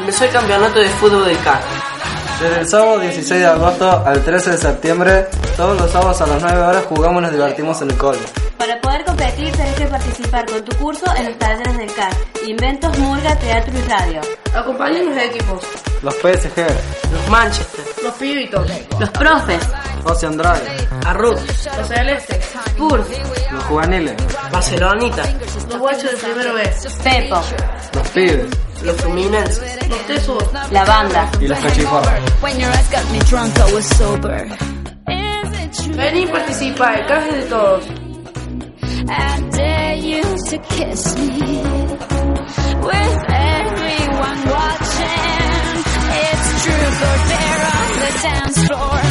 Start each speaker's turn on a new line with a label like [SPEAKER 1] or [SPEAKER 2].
[SPEAKER 1] Empezó el campeonato de fútbol de CAC.
[SPEAKER 2] Desde el sábado 16 de agosto al 13 de septiembre, todos los sábados a las 9 horas jugamos y nos divertimos en el cole.
[SPEAKER 3] Para poder competir tenés que participar con tu curso en los talleres del CAR, Inventos, Murga, Teatro y Radio.
[SPEAKER 4] Acompañen los equipos,
[SPEAKER 2] Los PSG,
[SPEAKER 1] Los Manchester,
[SPEAKER 4] los pibitos,
[SPEAKER 3] Los profes,
[SPEAKER 2] José Andrade,
[SPEAKER 1] Arruz,
[SPEAKER 4] los celestes,
[SPEAKER 3] PURF,
[SPEAKER 2] los juveniles,
[SPEAKER 1] Barcelonita,
[SPEAKER 4] los guachos de primero B,
[SPEAKER 3] Pepo,
[SPEAKER 2] los pibes
[SPEAKER 1] los Fluminenses,
[SPEAKER 4] los tesos,
[SPEAKER 3] La Banda.
[SPEAKER 2] y los cachiformes.
[SPEAKER 5] When your ass got me drunk, I was sober. Is it true?
[SPEAKER 4] Ven y participa, el canje de todos.
[SPEAKER 5] I dare you to kiss me with everyone watching. It's true, go there on the dance floor. Oh, oh,